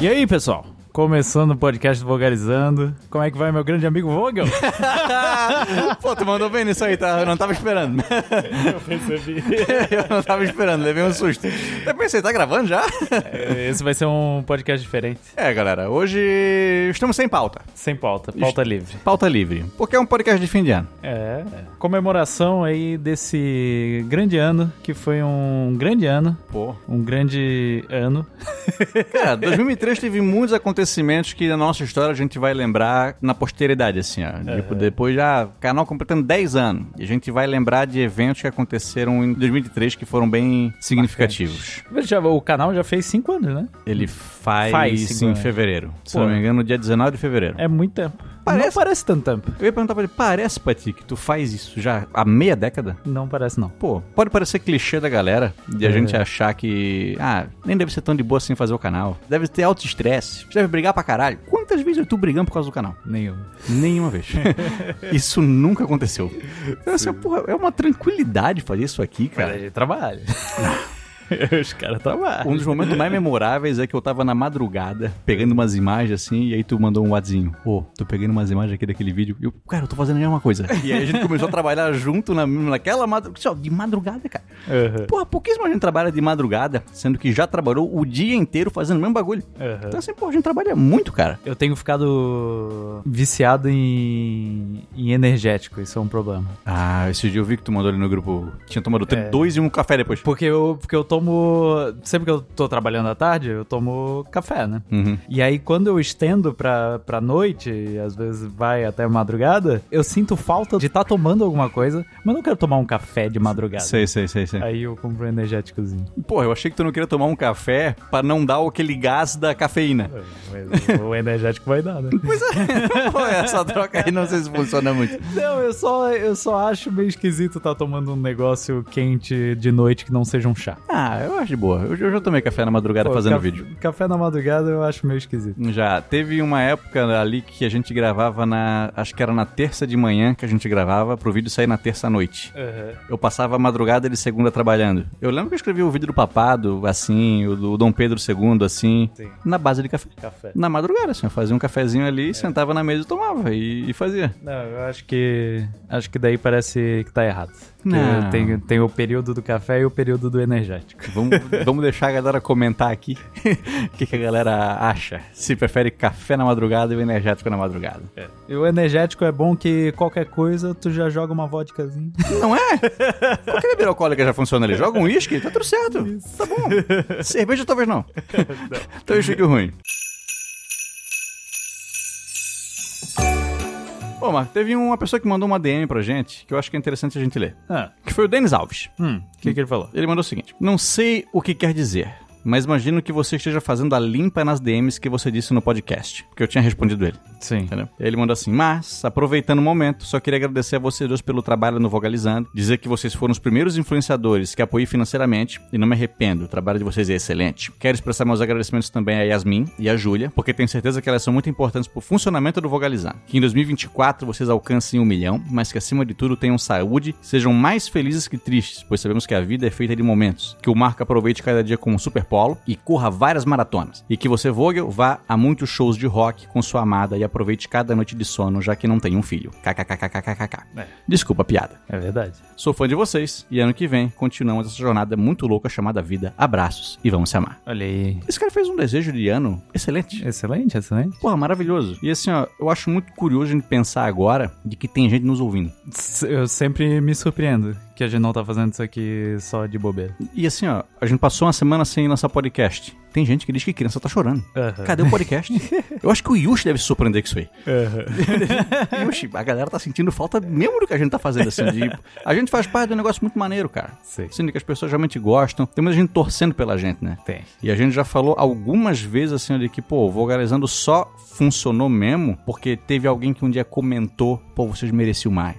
E aí, pessoal? Começando o podcast do Vogalizando. Como é que vai, meu grande amigo Vogel? Pô, tu mandou bem nisso aí, tá? Eu não tava esperando. Eu percebi. Eu não tava esperando, levei um susto. Eu pensei, tá gravando já? É. Esse vai ser um podcast diferente. É, galera, hoje estamos sem pauta. Sem pauta, pauta livre. Pauta livre. Porque é um podcast de fim de ano. É. Comemoração aí desse grande ano, que foi um grande ano. Pô. Um grande ano. Cara, 2003 teve muitos acontecimentos que na nossa história a gente vai lembrar na posteridade, assim, ó. É. Tipo, depois já, canal completando 10 anos. E a gente vai lembrar de eventos que aconteceram em 2003 que foram bem significativos. Já- o canal já fez cinco anos, né? Ele faz, Faz cinco em anos. fevereiro. Se Pô. não me engano, dia 19 de fevereiro. É muito tempo. Não parece tanto tempo. Eu ia perguntar pra ele, parece, Pati, que tu faz isso já há meia década? Não parece, não. Pô, pode parecer clichê da galera de a É. gente achar que, ah, nem deve ser tão de boa assim fazer o canal. Deve ter alto estresse, deve brigar pra caralho. Quantas vezes eu tô brigando por causa do canal? Nenhum. Nenhuma vez. isso nunca aconteceu. Então, assim, porra, é uma tranquilidade fazer isso aqui, cara. Cara, trabalha. Os caras Um trabalham. dos momentos mais memoráveis é que eu tava na madrugada pegando umas imagens assim, e aí tu mandou um whatzinho. Ô, tô pegando umas imagens aqui daquele vídeo. E eu, cara, eu tô fazendo a mesma coisa. E aí a gente começou a trabalhar junto na, naquela madrugada. De madrugada, cara. Aham. Porra, pouquíssima gente trabalha de madrugada, sendo que já trabalhou o dia inteiro fazendo o mesmo bagulho. Aham. Então assim, pô, a gente trabalha muito, cara. Eu tenho ficado viciado em, em energético, isso é um problema. Ah, esse dia eu vi que tu mandou ali no grupo. Tinha tomado É. dois e um café depois. Porque eu, porque eu tomo. Sempre que eu tô trabalhando à tarde, eu tomo café, né? Uhum. E aí, quando eu estendo pra, pra noite, e às vezes vai até madrugada, eu sinto falta de estar tomando alguma coisa, mas não quero tomar um café de madrugada. Sei, sei, sei, sei. Aí eu compro um energéticozinho. Porra, eu achei que tu não queria tomar um café pra não dar aquele gás da cafeína. Mas o energético vai dar, né? Pô, essa troca aí não sei se funciona muito. Não, eu só, eu só acho meio esquisito estar tomando um negócio quente de noite que não seja um chá. Ah, eu acho de boa. Eu, eu já tomei café na madrugada Pô, fazendo caf- vídeo. Café na madrugada eu acho meio esquisito. Já, teve uma época ali que a gente gravava na. Acho que era na terça de manhã que a gente gravava pro vídeo sair na terça à noite. Eu passava a madrugada de segunda trabalhando. Eu lembro que eu escrevi o vídeo do Papado, assim, o do Dom Pedro II, assim, Sim. na base de café. Café. Na madrugada, assim, eu fazia um cafezinho ali, sentava na mesa e tomava, e, e fazia. Não, eu acho que. Acho que daí parece que tá errado. Que Não. Tem, tem o período do café e o período do energético. Vamos, vamos deixar a galera comentar aqui o que, que a galera acha. Se prefere café na madrugada ou energético na madrugada. E o energético é bom que qualquer coisa tu já joga uma vodkazinha. Não é? Qualquer bebida alcoólica já funciona ali. Joga um uísque, tá tudo certo. Tá bom. Cerveja talvez não. Então isso que ruim. Ô, Marco, teve uma pessoa que mandou uma DM pra gente que eu acho que é interessante a gente ler. Ah, Que foi o Denis Alves. hum. O que, que ele falou? Ele mandou o seguinte: Não sei o que quer dizer, mas imagino que você esteja fazendo a limpa nas DMs que você disse no podcast. Porque eu tinha respondido ele. Sim. Entendeu? E aí ele mandou assim: Mas, aproveitando o momento, só queria agradecer a vocês dois pelo trabalho no Vogalizando, dizer que vocês foram os primeiros influenciadores que apoiei financeiramente e não me arrependo, o trabalho de vocês é excelente. Quero expressar meus agradecimentos também a Yasmin e a Júlia, porque tenho certeza que elas são muito importantes pro funcionamento do Vogalizando. Que em 2024 vocês alcancem um milhão, mas que acima de tudo tenham saúde, sejam mais felizes que tristes, pois sabemos que a vida é feita de momentos. Que o Marco aproveite cada dia como um super polo e corra várias maratonas. E que você, Vogel, vá a muitos shows de rock com sua amada e aproveite cada noite de sono, já que não tem um filho. KKKKKKK. É. Desculpa a piada. É verdade. Sou fã de vocês e ano que vem continuamos essa jornada muito louca chamada vida. Abraços e vamos se amar. Olha aí. Esse cara fez um desejo de ano excelente. Excelente, excelente. Porra, maravilhoso. E assim, ó, eu acho muito curioso a gente pensar agora de que tem gente nos ouvindo. S- Eu sempre me surpreendo que a gente não tá fazendo isso aqui só de bobeira. E assim, ó, a gente passou uma semana sem lançar podcast. Tem gente que diz que criança tá chorando. Aham. Cadê o podcast? Eu acho que o Yushi deve se surpreender com isso aí. Aham. Yushi, a galera tá sentindo falta mesmo do que a gente tá fazendo, assim. de- A gente faz parte de um negócio muito maneiro, cara. Sei. Sendo que as pessoas realmente gostam. Tem muita gente torcendo pela gente, né? Tem. E a gente já falou algumas vezes assim de que, pô, o Vogalizando só funcionou mesmo porque teve alguém que um dia comentou, pô, vocês mereciam mais.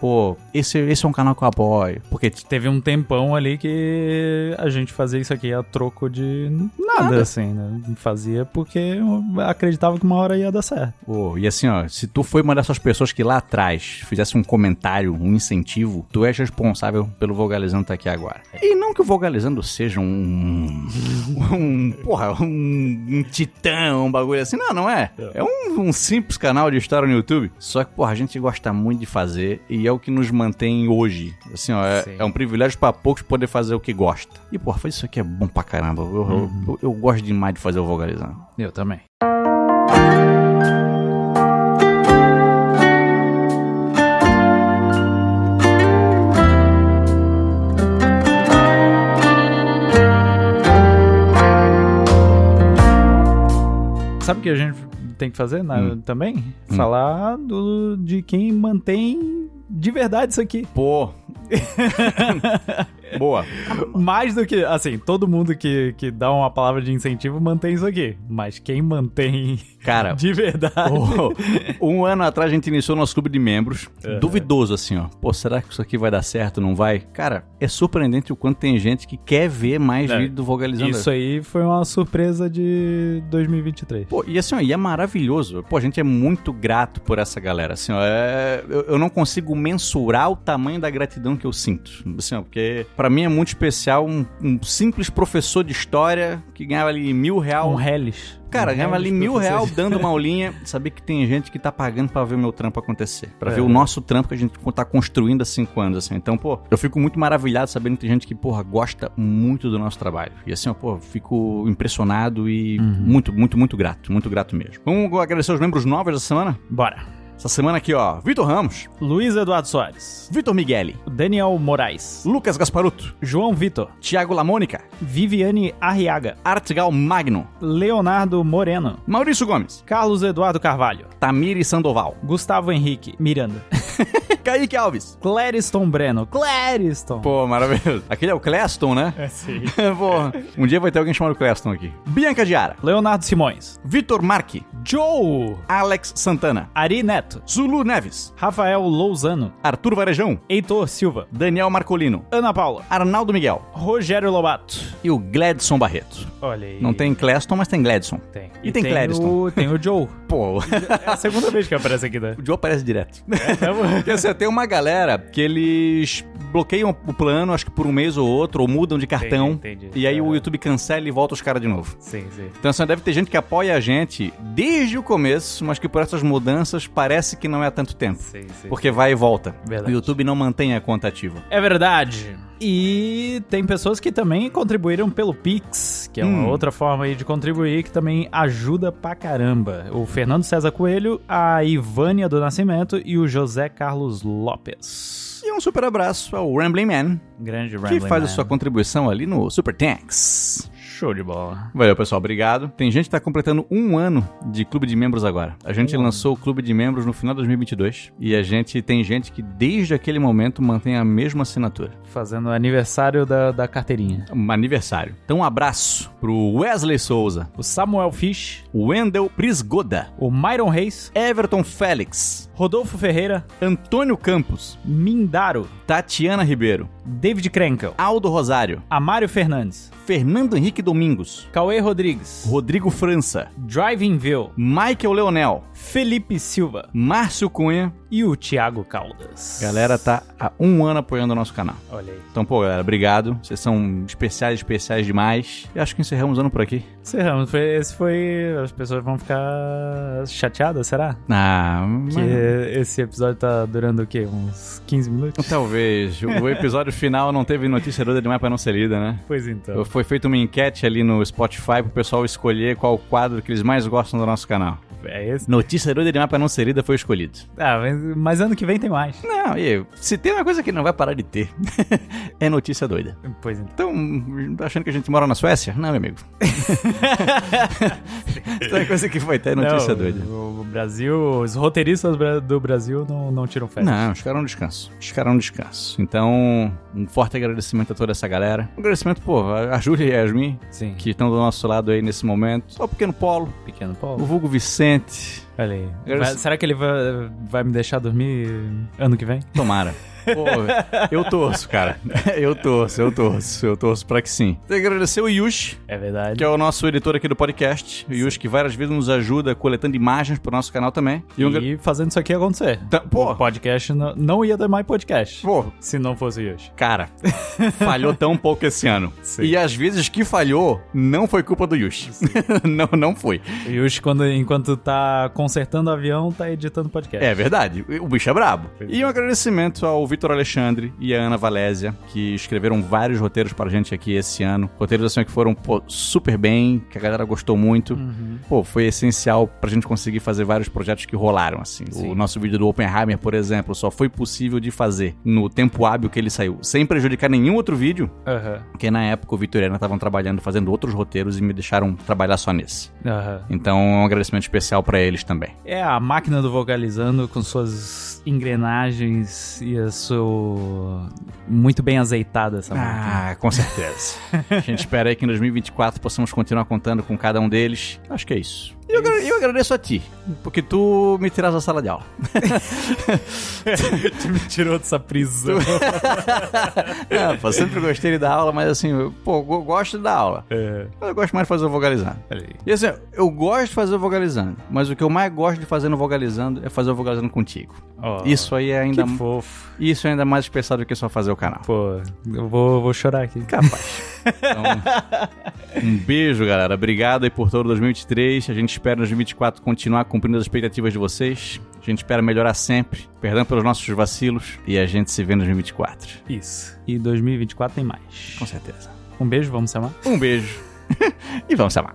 Pô, esse, esse é um canal que eu apoio. Porque Teve um tempão ali que a gente fazia isso aqui a troco de nada, assim, né? Fazia porque eu acreditava que uma hora ia dar certo. Ô, e assim, ó, se tu foi uma dessas pessoas que lá atrás fizesse um comentário, um incentivo, tu és responsável pelo Vogalizando tá aqui agora. E não que o Vogalizando seja um. um. porra, um, um titã, um bagulho assim. Não, não é. É um, um simples canal de história no YouTube. Só que, porra, a gente gosta muito de fazer e é o que nos mantém hoje. Assim, ó, é, Sim. é um privilégio pra poucos poder fazer o que gosta. E, porra, isso aqui é bom pra caramba. Eu, eu- eu- eu gosto demais de fazer o Vogalizando. Eu também. Sabe o que a gente tem que fazer na- Hum. também? Hum. Falar do, de quem mantém de verdade isso aqui. Pô. Boa. Mais do que, assim, todo mundo que, que dá uma palavra de incentivo mantém isso aqui. Mas quem mantém Cara, de verdade. Pô, um ano atrás a gente iniciou nosso clube de membros. Duvidoso, assim, ó. Pô, será que isso aqui vai dar certo? Não vai? Cara, é surpreendente o quanto tem gente que quer ver mais É, vídeo do Vogalizando. Isso aí foi uma surpresa de 2023. Pô, e assim, ó, e é maravilhoso. Pô, a gente é muito grato por essa galera. Assim, ó, é- eu, eu não consigo mensurar o tamanho da gratidão que eu sinto. Assim, ó, porque pra mim é muito especial um, um simples professor de história que ganhava ali mil reais um relis. Cara, Um ganhava relis ali mil pra você. real dando uma aulinha, saber que tem gente que tá pagando pra ver o meu trampo acontecer. Pra É. ver o nosso trampo que a gente tá construindo há cinco anos, assim. Então, pô, eu fico muito maravilhado sabendo que tem gente que, porra, gosta muito do nosso trabalho. E assim, ó, pô, fico impressionado e Uhum. muito, muito, muito grato. Muito grato mesmo. Vamos agradecer os membros novos da semana? Bora. Essa semana aqui, ó, Vitor Ramos, Luiz Eduardo Soares. Vitor Migueli, Daniel Moraes. Lucas Gasparuto, João Vitor. Tiago Lamônica, Viviane Arriaga. Artigal Magno, Leonardo Moreno. Maurício Gomes, Carlos Eduardo Carvalho. Tamiri Sandoval, Gustavo Henrique Miranda. Kaique Alves. Clériston Breno. Clériston. Pô, maravilhoso. Aquele é o Cleston, né? É, sim. Porra. Um dia vai ter alguém chamado Cleston aqui. Bianca Diara, Leonardo Simões. Vitor Marque, Joe. Alex Santana, Ari Neto. Zulu Neves, Rafael Lousano. Arthur Varejão, Heitor Silva. Daniel Marcolino, Ana Paula. Arnaldo Miguel Rogério Lobato. e o Gladson Barreto. Olha aí. Não tem Cleston, mas tem Gladson. Tem. E tem Clériston. o- Tem o Joe. Pô, É a segunda vez que aparece aqui, né? o Joe aparece direto. Tá bom. Porque assim, tem uma galera que eles bloqueiam o plano, acho que por um mês ou outro, ou mudam de cartão. Entendi, entendi. E aí o É. YouTube cancela e volta os caras de novo. Sim, sim. Então, assim, deve ter gente que apoia a gente desde o começo, mas que por essas mudanças parece que não é há tanto tempo. Sim, sim. Porque vai e volta. Verdade. O YouTube não mantém a conta ativa. É verdade. E tem pessoas que também contribuíram pelo Pix, que é uma Hum. outra forma aí de contribuir que também ajuda pra caramba. O Fernando César Coelho, a Ivânia do Nascimento e o José Carlos Lopes. E um super abraço ao Rambling Man, Grande que Rambling faz a Man. sua contribuição ali no Super Tanks. Show de bola. Valeu, pessoal. Obrigado. Tem gente que tá completando um ano de clube de membros agora. A gente Um lançou o clube de membros no final de 2022. E a gente tem gente que desde aquele momento mantém a mesma assinatura. Fazendo aniversário da, da carteirinha. Um aniversário. Então, um abraço pro Wesley Souza, O Samuel Fish, Wendel Prisgoda, o Myron Reis, Everton Félix, Rodolfo Ferreira, Antônio Campos, Mindaro, Tatiana Ribeiro, David Krenkel, Aldo Rosário, Amário Fernandes, Fernando Henrique Domingos, Cauê Rodrigues, Rodrigo França, Driving Veil, Michael Leonel, Felipe Silva Márcio Cunha. e o Thiago Caldas. Galera tá há um ano apoiando o nosso canal. Olha aí. Então, pô, galera, obrigado. Vocês são especiais, especiais demais. E acho que encerramos o ano por aqui. Serramos, foi- esse foi. As pessoas vão ficar chateadas, será? Ah, Que mas- esse episódio tá durando o quê? Uns 15 minutos? Talvez. O episódio final não teve notícia doida demais pra não ser lida, né? Pois então. Foi feita uma enquete ali no Spotify pro pessoal escolher qual quadro que eles mais gostam do nosso canal. É esse. Notícia doida demais pra não ser lida foi escolhido. Ah, mas, mas ano que vem tem mais. Não, e se tem uma coisa que não vai parar de ter, é notícia doida. Pois então. Então, tá achando que a gente mora na Suécia? Não, meu amigo. tem uma coisa que vai ter é notícia Não, doida. O Brasil, os roteiristas bra- do Brasil não, não tiram férias. Não, os caras não descansam. Os caras não descansam. Então, um forte agradecimento a toda essa galera. Um agradecimento, pô, a a Júlia e a Yasmin, Sim. que estão do nosso lado aí nesse momento. Ao Pequeno Polo, pequeno o Paulo. Vulgo Vicente. Olha aí. Eu- Vai- será que ele vai, vai me deixar dormir ano que vem? Tomara. Pô, eu torço, cara. Eu torço, eu torço, eu torço pra que sim. Tem que agradecer o Yush, É que verdade. é o nosso editor aqui do podcast. O Yush que várias vezes nos ajuda coletando imagens pro nosso canal também. E um... E fazendo isso aqui acontecer. Tá- pô. O podcast não, não ia ter mais podcast. Pô, Se não fosse o Yoshi. cara, falhou tão pouco esse ano. Sim. E às vezes que falhou, não foi culpa do Yush. não, não foi. O Yoshi, quando, enquanto tá consertando o avião, tá editando podcast. É verdade, o bicho é brabo. E um agradecimento ao Vitor Alexandre e à Ana Valésia, que escreveram vários roteiros pra gente aqui esse ano. Roteiros assim que foram pô, super bem, que a galera gostou muito. Pô, foi essencial pra gente conseguir fazer vários projetos que rolaram, assim. O nosso vídeo do Oppenheimer, por exemplo, só foi possível de fazer no tempo hábil que ele saiu, sem prejudicar nenhum outro vídeo, Aham. porque na época o Vitor e a Ana estavam trabalhando, fazendo outros roteiros e me deixaram trabalhar só nesse. Aham. Então, um agradecimento especial pra eles também. É a máquina do vocalizando com suas engrenagens e a sua. Muito bem azeitada essa máquina. Ah, com certeza. A gente espera aí que em 2024 possamos continuar contando com cada um deles. Acho que é isso. E eu, agra- eu agradeço a ti, porque tu me tiras da sala de aula. Tu me tirou dessa prisão. É, pô, sempre gostei de dar aula, mas assim, eu, pô, eu gosto da aula. é. Mas eu gosto mais de fazer o vocalizando. Olha aí. E assim, eu gosto de fazer o vocalizando, mas o que eu mais gosto de fazer no vocalizando é fazer o vocalizando contigo. Ó, Isso aí é ainda, que fofo. isso é ainda mais especial do que só fazer o canal. Pô, eu vou, vou chorar aqui. Então, um beijo, galera. Obrigado aí por todo 2023. A gente espera em 2024 continuar cumprindo as expectativas de vocês. A gente espera melhorar sempre. Perdão pelos nossos vacilos. E a gente se vê em 2024. Isso. E 2024 tem mais. Com certeza. Um beijo, vamos se amar. Um beijo. e vamos se amar.